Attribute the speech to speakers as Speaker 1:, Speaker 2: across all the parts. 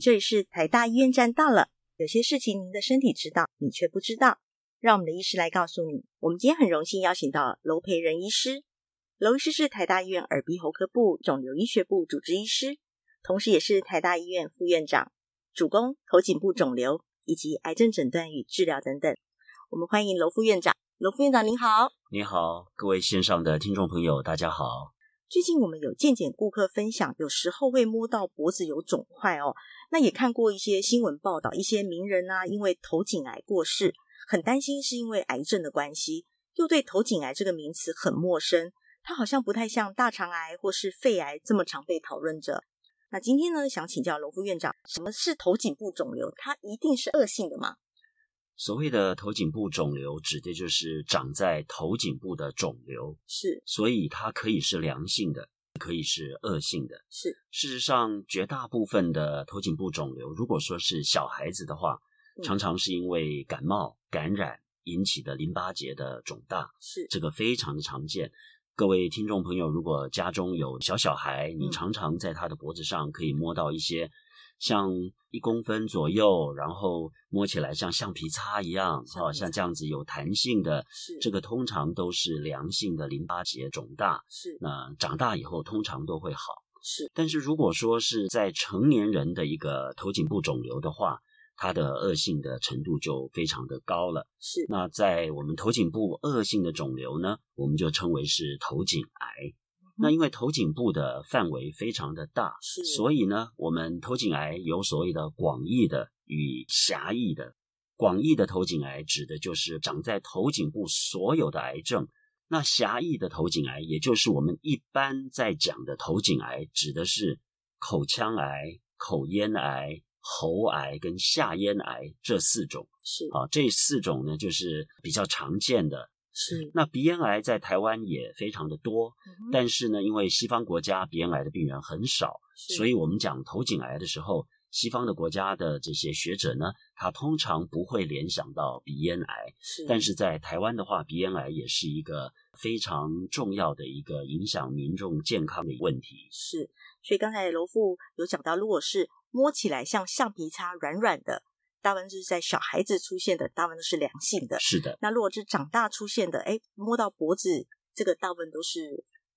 Speaker 1: 这里是台大医院站到了，有些事情您的身体知道，你却不知道，让我们的医师来告诉你。我们今天很荣幸邀请到楼培仁医师，楼医师是台大医院耳鼻喉科部肿瘤医学部主治医师，同时也是台大医院副院长，主攻头颈部肿瘤以及癌症诊断与治疗等等。我们欢迎楼副院长，楼副院长您好。
Speaker 2: 你好，各位线上的听众朋友，大家好。
Speaker 1: 最近我们有健检顾客分享，有时候会摸到脖子有肿块哦。那也看过一些新闻报道，一些名人啊，因为头颈癌过世，很担心是因为癌症的关系，又对头颈癌这个名词很陌生，它好像不太像大肠癌或是肺癌这么常被讨论着。那今天呢，想请教罗副院长，什么是头颈部肿瘤？它一定是恶性的吗？
Speaker 2: 所谓的头颈部肿瘤，指的就是长在头颈部的肿瘤，
Speaker 1: 是
Speaker 2: 所以它可以是良性的，可以是恶性的。
Speaker 1: 是，
Speaker 2: 事实上，绝大部分的头颈部肿瘤，如果说是小孩子的话，
Speaker 1: 嗯
Speaker 2: 常常是因为感冒、感染引起的淋巴结的肿大，
Speaker 1: 是
Speaker 2: 这个非常的常见。各位听众朋友，如果家中有小小孩，你
Speaker 1: 嗯
Speaker 2: 常常在他的脖子上可以摸到一些像一公分左右，然后摸起来像橡皮擦一样，
Speaker 1: 橡皮
Speaker 2: 哦，像
Speaker 1: 擦
Speaker 2: 这样子有弹性的，
Speaker 1: 是
Speaker 2: 这个通常都是良性的淋巴结肿大。
Speaker 1: 是
Speaker 2: 那长大以后通常都会好。
Speaker 1: 是
Speaker 2: 但是如果说是在成年人的一个头颈部肿瘤的话，它的恶性的程度就非常的高了。
Speaker 1: 是
Speaker 2: 那在我们头颈部恶性的肿瘤呢，我们就称为是头颈癌。那因为头颈部的范围非常的大，
Speaker 1: 是
Speaker 2: 所以呢，我们头颈癌有所谓的广义的与狭义的。广义的头颈癌指的就是长在头颈部所有的癌症。那狭义的头颈癌，也就是我们一般在讲的头颈癌，指的是口腔癌、口咽癌、喉癌跟下咽癌这四种。
Speaker 1: 是
Speaker 2: 啊，这四种呢就是比较常见的。
Speaker 1: 是，
Speaker 2: 那鼻咽癌在台湾也非常的多，
Speaker 1: 嗯哼
Speaker 2: 但是呢，因为西方国家鼻咽癌的病人很少，
Speaker 1: 是
Speaker 2: 所以我们讲头颈癌的时候，西方的国家的这些学者呢，他通常不会联想到鼻咽癌，
Speaker 1: 是
Speaker 2: 但是在台湾的话，鼻咽癌也是一个非常重要的一个影响民众健康的问题。
Speaker 1: 是，所以刚才罗富有讲到，如果是摸起来像橡皮擦软软的，大部分是在小孩子出现的，大部分都是良性的。
Speaker 2: 是的，
Speaker 1: 那如果是长大出现的，哎，摸到脖子，这个大部分都是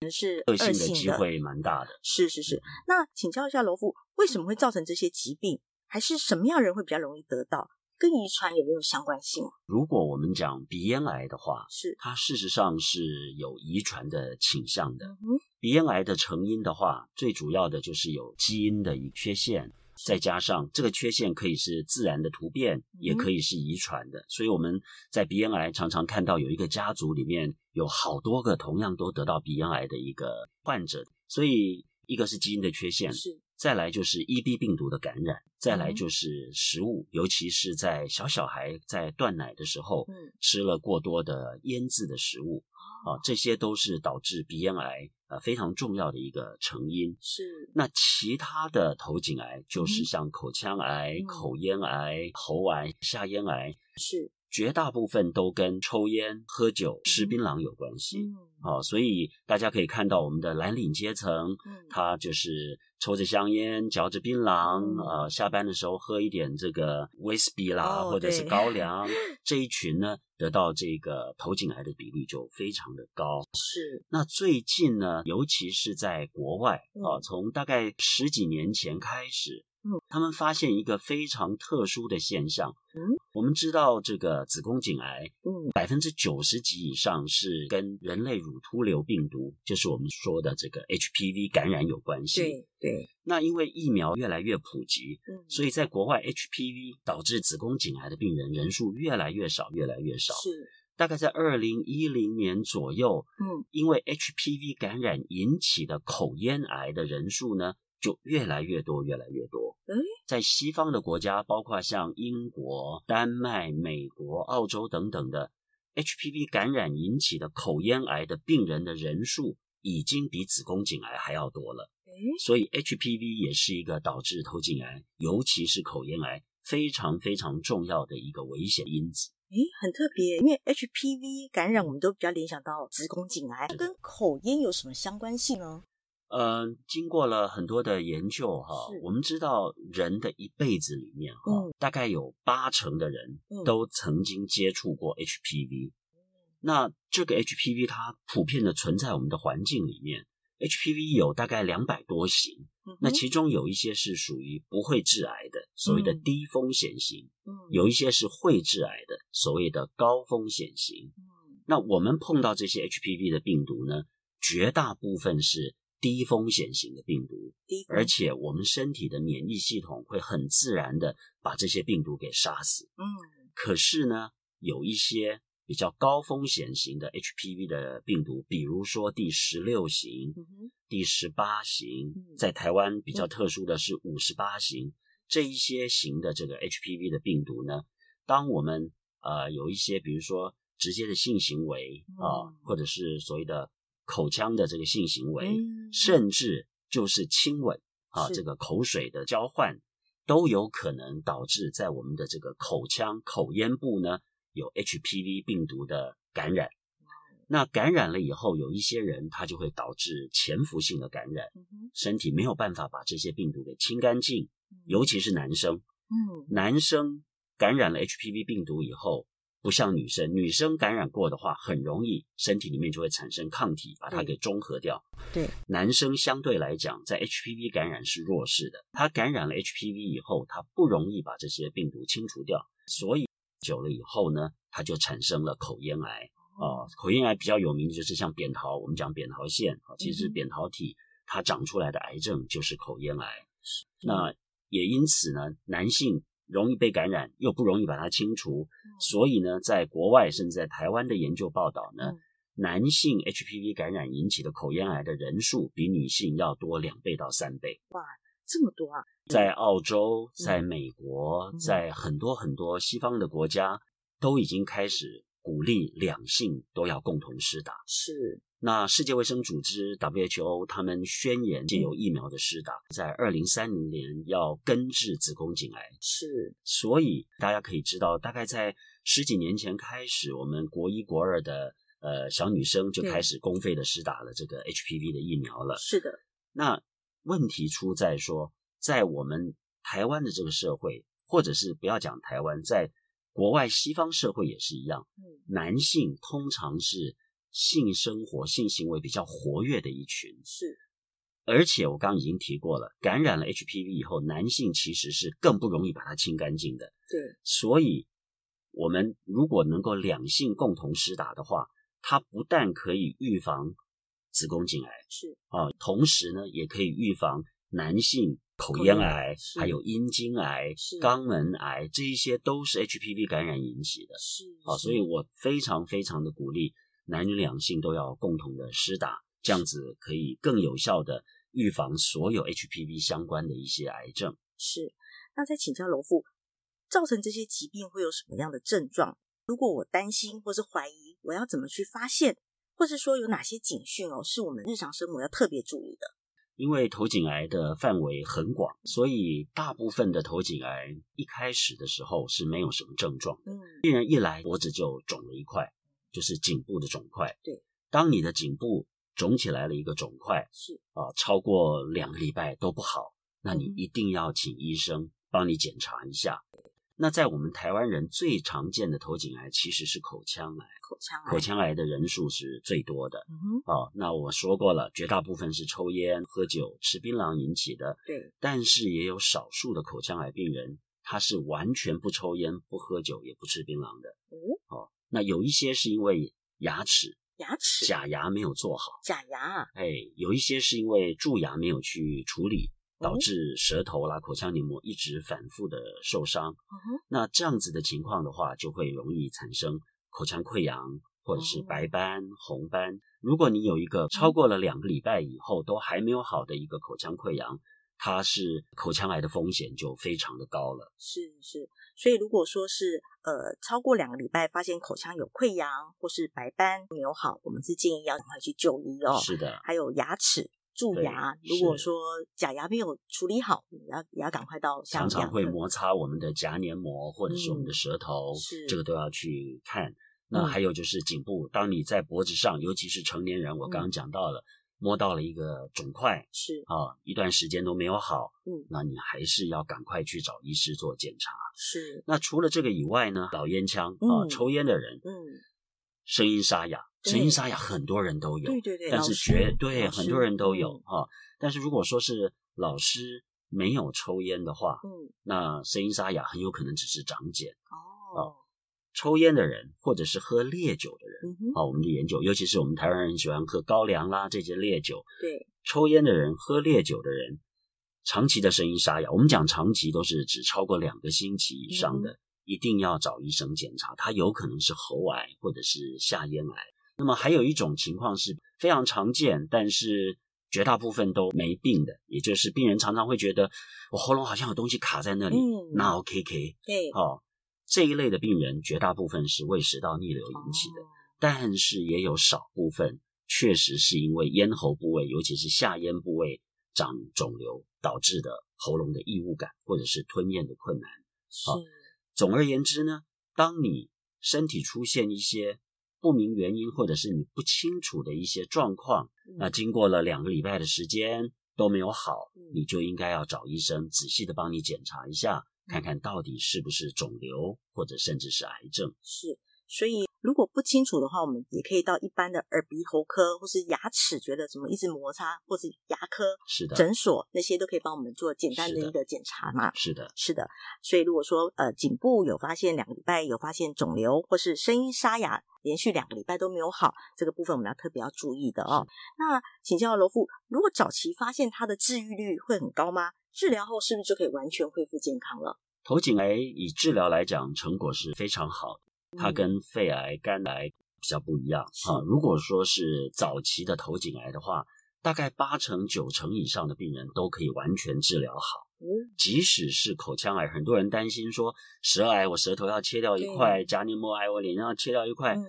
Speaker 1: 可能是恶
Speaker 2: 恶性的
Speaker 1: 性
Speaker 2: 机会蛮大的。
Speaker 1: 是是是。那请教一下罗富，为什么会造成这些疾病？还是什么样人会比较容易得到？跟遗传有没有相关性啊？
Speaker 2: 如果我们讲鼻咽癌的话，
Speaker 1: 是，
Speaker 2: 它事实上是有遗传的倾向的。
Speaker 1: 嗯哼，
Speaker 2: 鼻咽癌的成因的话，最主要的就是有基因的一缺陷，再加上这个缺陷可以是自然的突变，也
Speaker 1: 嗯
Speaker 2: 可以是遗传的。所以我们在鼻咽癌常常看到有一个家族里面有好多个同样都得到鼻咽癌的一个患者，所以一个是基因的缺陷，
Speaker 1: 是
Speaker 2: 再来就是 EB 病毒的感染，再来
Speaker 1: 嗯
Speaker 2: 就是食物，尤其是在小小孩在断奶的时候，
Speaker 1: 嗯
Speaker 2: 吃了过多的腌制的食物，啊，这些都是导致鼻咽癌呃非常重要的一个成因。
Speaker 1: 是
Speaker 2: 那其他的头颈癌就是
Speaker 1: 嗯
Speaker 2: 像口腔癌、
Speaker 1: 嗯
Speaker 2: 口咽癌、喉癌、下咽癌，
Speaker 1: 是，
Speaker 2: 绝大部分都跟抽烟、喝酒、吃
Speaker 1: 嗯
Speaker 2: 槟榔有关系。
Speaker 1: 嗯
Speaker 2: 啊，所以大家可以看到我们的蓝领阶层，
Speaker 1: 嗯
Speaker 2: 他就是抽着香烟，嚼着槟榔，
Speaker 1: 嗯
Speaker 2: 呃，下班的时候喝一点这个威士忌啦，
Speaker 1: 哦
Speaker 2: 或者是
Speaker 1: 对
Speaker 2: 高 粱，这一群呢，得到这个头颈癌的比率就非常的高。
Speaker 1: 是
Speaker 2: 那最近呢，尤其是在国外
Speaker 1: 嗯
Speaker 2: 啊，从大概十几年前开始，
Speaker 1: 嗯，
Speaker 2: 他们发现一个非常特殊的现象。
Speaker 1: 嗯，
Speaker 2: 我们知道这个子宫颈癌
Speaker 1: 嗯
Speaker 2: 百分之九十几以上是跟人类乳突瘤病毒，就是我们说的这个 HPV 感染有关系。，
Speaker 1: 对对
Speaker 2: 那因为疫苗越来越普及，
Speaker 1: 嗯
Speaker 2: 所以在国外 HPV 导致子宫颈癌的病人人数越来越少，越来越少。
Speaker 1: 是
Speaker 2: 大概在二零一零年左右，
Speaker 1: 嗯
Speaker 2: 因为 HPV 感染引起的口咽癌的人数呢，就越来越多，越来越多。
Speaker 1: 诶
Speaker 2: 在西方的国家，包括像英国、丹麦、美国、澳洲等等的 HPV 感染引起的口咽癌的病人的人数，已经比子宫颈癌还要多了。
Speaker 1: 哎
Speaker 2: 所以 HPV 也是一个导致头颈癌，尤其是口咽癌非常非常重要的一个危险因子。
Speaker 1: 诶，很特别，因为 HPV 感染我们都比较联想到子宫颈癌，跟口咽有什么相关性呢？
Speaker 2: 呃，经过了很多的研究哈、
Speaker 1: 是
Speaker 2: 我们知道人的一辈子里面哈、
Speaker 1: 嗯
Speaker 2: 大概有八成的人
Speaker 1: 嗯
Speaker 2: 都曾经接触过 HPV。那这个 HPV 它普遍的存在我们的环境里面，HPV 有大概两百多型，
Speaker 1: 嗯
Speaker 2: 那
Speaker 1: 哼
Speaker 2: 其中有一些是属于不会致癌的，所谓的
Speaker 1: 嗯
Speaker 2: 低风险型；
Speaker 1: 嗯
Speaker 2: 有一些是会致癌的，所谓的高风险型。
Speaker 1: 嗯
Speaker 2: 那我们碰到这些 HPV 的病毒呢，绝大部分是低风险型的病毒，
Speaker 1: 低风
Speaker 2: 而且我们身体的免疫系统会很自然的把这些病毒给杀死。
Speaker 1: 嗯
Speaker 2: 可是呢，有一些比较高风险型的 HPV 的病毒，比如说第十六型、
Speaker 1: 嗯哼
Speaker 2: 第十八型
Speaker 1: 嗯，
Speaker 2: 在台湾比较特殊的是五十八型，这一些型的这个 HPV 的病毒呢，当我们呃有一些比如说直接的性行为啊、
Speaker 1: 嗯
Speaker 2: 或者是所谓的口腔的这个性行为，
Speaker 1: 嗯
Speaker 2: 甚至就是亲吻啊
Speaker 1: 是
Speaker 2: 这个口水的交换，都有可能导致在我们的这个口腔口咽部呢有 HPV 病毒的感染。
Speaker 1: 哦
Speaker 2: 那感染了以后，有一些人他就会导致潜伏性的感染，
Speaker 1: 嗯哼
Speaker 2: 身体没有办法把这些病毒给清干净，
Speaker 1: 嗯
Speaker 2: 尤其是男生。
Speaker 1: 嗯
Speaker 2: 男生感染了 HPV 病毒以后，不像女生，女生感染过的话，很容易身体里面就会产生抗体，把它
Speaker 1: 对
Speaker 2: 给中和掉。
Speaker 1: 对，
Speaker 2: 男生相对来讲，在 HPV 感染是弱势的，他感染了 HPV 以后，他不容易把这些病毒清除掉，所以久了以后呢，他就产生了口咽癌。哦，口咽癌比较有名的就是像扁桃，我们讲扁桃腺啊，其实是
Speaker 1: 嗯
Speaker 2: 扁桃体它长出来的癌症就是口咽癌。
Speaker 1: 嗯
Speaker 2: 那也因此呢，男性容易被感染，又不容易把它清除，
Speaker 1: 嗯
Speaker 2: 所以呢，在国外甚至在台湾的研究报道呢，
Speaker 1: 嗯
Speaker 2: 男性 HPV 感染引起的口咽癌的人数比女性要多两倍到三倍。
Speaker 1: 这么多啊，
Speaker 2: 在澳洲、在美国、
Speaker 1: 嗯
Speaker 2: 在很多很多西方的国家，都已经开始鼓励两性都要共同施打。
Speaker 1: 是
Speaker 2: 那世界卫生组织 WHO 他们宣言
Speaker 1: 嗯
Speaker 2: 借由疫苗的施打，在二零三零年要根治子宫颈癌。
Speaker 1: 是，
Speaker 2: 所以大家可以知道，大概在十几年前开始，我们国一、国二的呃小女生就
Speaker 1: 对
Speaker 2: 开始公费的施打了这个 HPV 的疫苗了。
Speaker 1: 呃是的，
Speaker 2: 那问题出在说，在我们台湾的这个社会，或者是不要讲台湾，在国外西方社会也是一样，
Speaker 1: 嗯
Speaker 2: 男性通常是性生活、性行为比较活跃的一群，
Speaker 1: 是，
Speaker 2: 而且我刚刚已经提过了，感染了 HPV 以后，男性其实是更不容易把它清干净的。
Speaker 1: 对，
Speaker 2: 所以，我们如果能够两性共同施打的话，它不但可以预防子宫颈癌
Speaker 1: 是
Speaker 2: 啊，同时呢，也可以预防男性口
Speaker 1: 口
Speaker 2: 咽
Speaker 1: 咽
Speaker 2: 癌
Speaker 1: 癌、是
Speaker 2: 还有阴茎癌
Speaker 1: 是、
Speaker 2: 肛门癌，这一些都是 HPV 感染引起的
Speaker 1: 是
Speaker 2: 啊。
Speaker 1: 是
Speaker 2: 所以我非常非常的鼓励男女两性都要共同的施打，这样子可以更有效的预防所有 HPV 相关的一些癌症。
Speaker 1: 是。那再请教楼副，造成这些疾病会有什么样的症状？如果我担心或是怀疑，我要怎么去发现？或是说有哪些警讯哦，是我们日常生活要特别注意的？
Speaker 2: 因为头颈癌的范围很广，所以大部分的头颈癌一开始的时候是没有什么症状，
Speaker 1: 嗯，
Speaker 2: 病人一来脖子就肿了一块，就是颈部的肿块。
Speaker 1: 对，
Speaker 2: 当你的颈部肿起来了一个肿块
Speaker 1: 是
Speaker 2: 啊，超过两个礼拜都不好，那你
Speaker 1: 嗯
Speaker 2: 一定要请医生帮你检查一下。那在我们台湾人最常见的头颈癌其实是口腔癌，
Speaker 1: 口腔癌。
Speaker 2: 口腔癌的人数是最多的。
Speaker 1: 嗯哼，
Speaker 2: 哦，那我说过了，绝大部分是抽烟、喝酒、吃槟榔引起的，
Speaker 1: 对，
Speaker 2: 但是也有少数的口腔癌病人，他是完全不抽烟、不喝酒、也不吃槟榔的。
Speaker 1: 哦，
Speaker 2: 哦，那有一些是因为牙齿
Speaker 1: 牙齿
Speaker 2: 假牙没有做好，
Speaker 1: 假牙啊，
Speaker 2: 哎，有一些是因为蛀牙没有去处理，导
Speaker 1: 哦
Speaker 2: 致舌头啦、口腔黏膜一直反复的受伤。
Speaker 1: 嗯哼，
Speaker 2: 那这样子的情况的话，就会容易产生口腔溃疡或者是
Speaker 1: 哦
Speaker 2: 白斑、红斑。如果你有一个超过了两个礼拜以后都还没有好的一个口腔溃疡，它是口腔癌的风险就非常的高了。
Speaker 1: 是是。所以如果说是呃超过两个礼拜发现口腔有溃疡或是白斑没有好，我们是建议要赶快去就医哦。
Speaker 2: 是的，
Speaker 1: 还有牙齿、蛀
Speaker 2: 对
Speaker 1: 牙，如果
Speaker 2: 是
Speaker 1: 说假牙没有处理好，也要也要赶快到像
Speaker 2: 常常会
Speaker 1: 牙科
Speaker 2: 摩擦我们的夹黏膜或者是我们的
Speaker 1: 嗯
Speaker 2: 舌头，
Speaker 1: 是
Speaker 2: 这个都要去看。
Speaker 1: 嗯
Speaker 2: 那
Speaker 1: 嗯
Speaker 2: 还有就是颈部，当你在脖子上，尤其是成年人，我刚刚讲到了，摸到了一个肿块
Speaker 1: 是
Speaker 2: 啊，一段时间都没有好，
Speaker 1: 嗯
Speaker 2: 那你还是要赶快去找医师做检查。
Speaker 1: 是
Speaker 2: 那除了这个以外呢，老烟枪
Speaker 1: 嗯
Speaker 2: 啊，抽烟的人
Speaker 1: 嗯
Speaker 2: 声音沙哑，
Speaker 1: 对
Speaker 2: 声音沙哑很多人都有，
Speaker 1: 对对对，
Speaker 2: 但
Speaker 1: 老
Speaker 2: 是
Speaker 1: 师
Speaker 2: 绝对
Speaker 1: 老师
Speaker 2: 很多人都有
Speaker 1: 嗯
Speaker 2: 啊。但是如果说是老师没有抽烟的话，
Speaker 1: 嗯
Speaker 2: 那声音沙哑很有可能只是长茧。
Speaker 1: 哦
Speaker 2: 抽烟的人或者是喝烈酒的人
Speaker 1: 嗯哼
Speaker 2: 啊，我们的研究，尤其是我们台湾人喜欢喝高粱啦这些烈酒，
Speaker 1: 对
Speaker 2: 抽烟的人、喝烈酒的人，长期的声音沙哑，我们讲长期都是指超过两个星期以上的，一定要找医生检查，它有可能是喉癌或者是下咽癌。那么还有一种情况是非常常见，但是绝大部分都没病的，也就是病人常常会觉得我喉咙好像有东西卡在那里，
Speaker 1: 嗯
Speaker 2: 那 OK K
Speaker 1: 对
Speaker 2: 哦，这一类的病人绝大部分是胃食道逆流引起的。
Speaker 1: 哦
Speaker 2: 但是也有少部分确实是因为咽喉部位，尤其是下咽部位长肿瘤导致的喉咙的异物感，或者是吞咽的困难。
Speaker 1: 是
Speaker 2: 总而言之呢，当你身体出现一些不明原因或者是你不清楚的一些状况，那
Speaker 1: 嗯
Speaker 2: 经过了两个礼拜的时间都没有好
Speaker 1: 嗯，
Speaker 2: 你就应该要找医生仔细的帮你检查一下，
Speaker 1: 嗯
Speaker 2: 看看到底是不是肿瘤或者甚至是癌症。
Speaker 1: 是，所以如果不清楚的话，我们也可以到一般的耳鼻喉科或是牙齿觉得怎么一直摩擦，或是牙科
Speaker 2: 是的，
Speaker 1: 诊所那些都可以帮我们做简单的
Speaker 2: 是的
Speaker 1: 一个检查嘛。
Speaker 2: 是的，
Speaker 1: 是的，所以如果说呃颈部有发现两个礼拜有发现肿瘤，或是声音沙哑，连续两个礼拜都没有好，这个部分我们要特别要注意的哦。那请教罗副，如果早期发现它的治愈率会很高吗？治疗后是不是就可以完全恢复健康了？
Speaker 2: 头颈癌以治疗来讲，成果是非常好的，它
Speaker 1: 嗯
Speaker 2: 跟肺癌、肝癌比较不一样
Speaker 1: 是
Speaker 2: 啊。如果说是早期的头颈癌的话，大概八成、九成以上的病人都可以完全治疗好。
Speaker 1: 嗯
Speaker 2: 即使是口腔癌，很多人担心说舌癌，我舌头要切掉一块；颊黏膜癌，我脸上要切掉一块。
Speaker 1: 嗯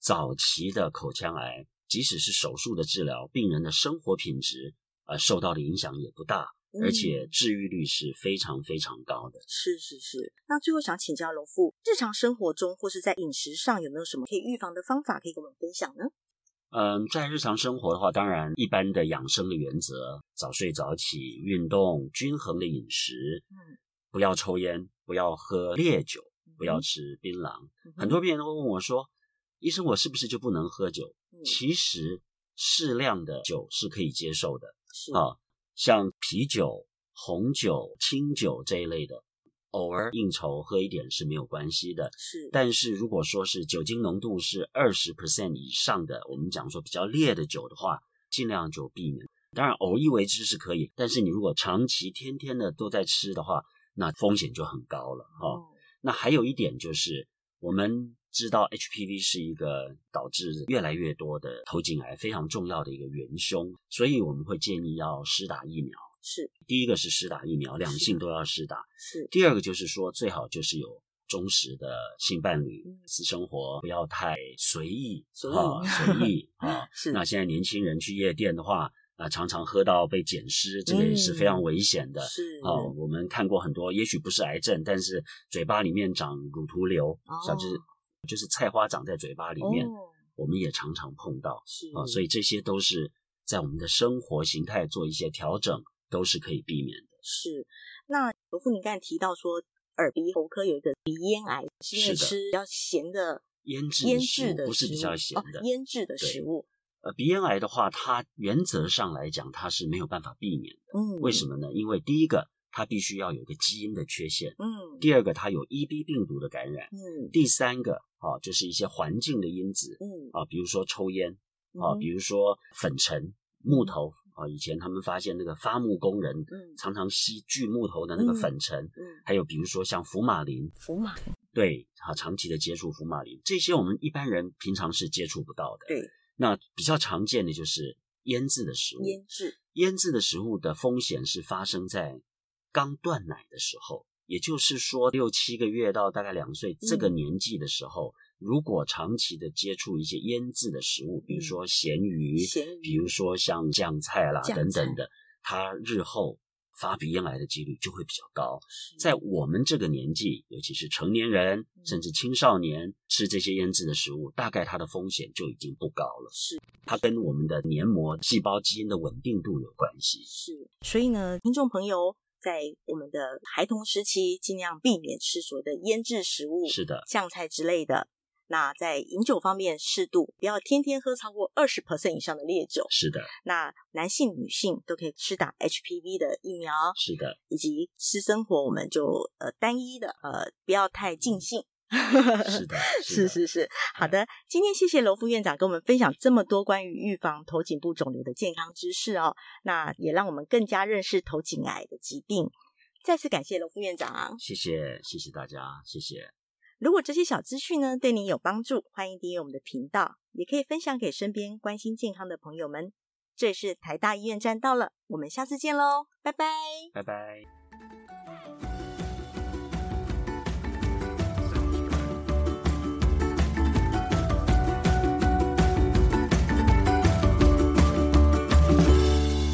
Speaker 2: 早期的口腔癌，即使是手术的治疗，病人的生活品质呃受到的影响也不大，而且
Speaker 1: 嗯
Speaker 2: 治愈率是非常非常高的。
Speaker 1: 是是是。那最后想请教罗副，日常生活中或是在饮食上有没有什么可以预防的方法可以跟我们分享呢？
Speaker 2: 嗯，在日常生活的话，当然一般的养生的原则，早睡早起、运动、均衡的饮食，
Speaker 1: 嗯，
Speaker 2: 不要抽烟，不要喝烈酒，不要吃槟榔。
Speaker 1: 嗯
Speaker 2: 很多病人都问我说：“医生，我是不是就不能喝酒？”
Speaker 1: 嗯
Speaker 2: 其实适量的酒是可以接受的，
Speaker 1: 是
Speaker 2: 啊像啤酒、红酒、清酒这一类的，偶尔应酬喝一点是没有关系的。
Speaker 1: 是
Speaker 2: 但是如果说是酒精浓度是二十 percent 以上的，我们讲说比较烈的酒的话，尽量就避免。当然，偶一为之是可以，但是你如果长期天天的都在吃的话，那风险就很高了哦。
Speaker 1: 哦
Speaker 2: 那还有一点就是，我们知道 HPV 是一个导致越来越多的头颈癌非常重要的一个元凶，所以我们会建议要施打疫苗。
Speaker 1: 是
Speaker 2: 第一个是施打疫苗，两性都要施打。
Speaker 1: 是
Speaker 2: 第二个就是说，最好就是有忠实的性伴侣
Speaker 1: 嗯，
Speaker 2: 私生活不要太随意
Speaker 1: 随意
Speaker 2: 啊，随 意啊。
Speaker 1: 是
Speaker 2: 那现在年轻人去夜店的话，啊，常常喝到被捡尸，这个也是非常危险的。
Speaker 1: 是
Speaker 2: 啊。我们看过很多，也许不是癌症，但是嘴巴里面长乳头瘤，像就是就是菜花长在嘴巴里面，
Speaker 1: 哦嗯
Speaker 2: 我们也常常碰到
Speaker 1: 是
Speaker 2: 啊。所以这些都是在我们的生活形态做一些调整，都是可以避免的。
Speaker 1: 是。那伯父，你刚才提到说耳鼻喉科有一个鼻咽癌，是因为
Speaker 2: 是的
Speaker 1: 吃比较咸的
Speaker 2: 腌制
Speaker 1: 腌
Speaker 2: 食
Speaker 1: 制
Speaker 2: 物
Speaker 1: 的
Speaker 2: 不是
Speaker 1: 食
Speaker 2: 比较
Speaker 1: 物
Speaker 2: 咸
Speaker 1: 哦
Speaker 2: 的
Speaker 1: 腌制的
Speaker 2: 对
Speaker 1: 食物，
Speaker 2: 呃，鼻咽癌的话，它原则上来讲，它是没有办法避免的。
Speaker 1: 嗯，
Speaker 2: 为什
Speaker 1: 么？
Speaker 2: 么呢？因为第一个，它必须要有一个基因的缺陷；
Speaker 1: 嗯
Speaker 2: 第二个，它有 EB 病毒的感染；
Speaker 1: 嗯
Speaker 2: 第三个啊，就是一些环境的因子
Speaker 1: 嗯
Speaker 2: 啊，比如说抽烟啊，
Speaker 1: 嗯
Speaker 2: 比如说粉尘、木头啊。以前他们发现那个伐木工人
Speaker 1: 嗯
Speaker 2: 常常吸锯木头的那个
Speaker 1: 嗯
Speaker 2: 粉尘，
Speaker 1: 嗯，
Speaker 2: 还有比如说像福马林，
Speaker 1: 福马
Speaker 2: 对啊，长期的接触福马林，这些我们一般人平常是接触不到的。
Speaker 1: 对
Speaker 2: 那比较常见的就是腌制的食物。
Speaker 1: 腌制
Speaker 2: 腌制的食物的风险是发生在刚断奶的时候，也就是说六七个月到大概两岁这个年纪的时候，如果长期的接触一些腌制的食物，比如说咸鱼，
Speaker 1: 咸鱼
Speaker 2: 比如说像酱菜啦
Speaker 1: 酱菜
Speaker 2: 等等的，它日后发鼻咽癌的几率就会比较高。在我们这个年纪，尤其是成年人
Speaker 1: 嗯
Speaker 2: 甚至青少年吃这些腌制的食物，大概它的风险就已经不高了。
Speaker 1: 是，
Speaker 2: 它跟我们的黏膜细胞基因的稳定度有关系。
Speaker 1: 是，所以呢，听众朋友在我们的孩童时期，尽量避免吃所谓的腌制食物，
Speaker 2: 是的，
Speaker 1: 像菜之类的。那在饮酒方面，适度，不要天天喝超过二十 percent 以上的烈酒。
Speaker 2: 是的，
Speaker 1: 那男性、女性都可以施打 HPV 的疫苗，
Speaker 2: 是的，
Speaker 1: 以及私生活，我们就呃单一的呃不要太尽兴。
Speaker 2: 是的，
Speaker 1: 是
Speaker 2: 的
Speaker 1: 是是，好的，今天谢谢楼副院长跟我们分享这么多关于预防头颈部肿瘤的健康知识哦，那也让我们更加认识头颈癌的疾病。再次感谢楼副院长。啊
Speaker 2: 谢谢，谢谢大家，谢谢。
Speaker 1: 如果这些小资讯呢对你有帮助，欢迎订阅我们的频道，也可以分享给身边关心健康的朋友们。这里是台大医院站到了，我们下次见喽，拜拜。
Speaker 2: 拜拜。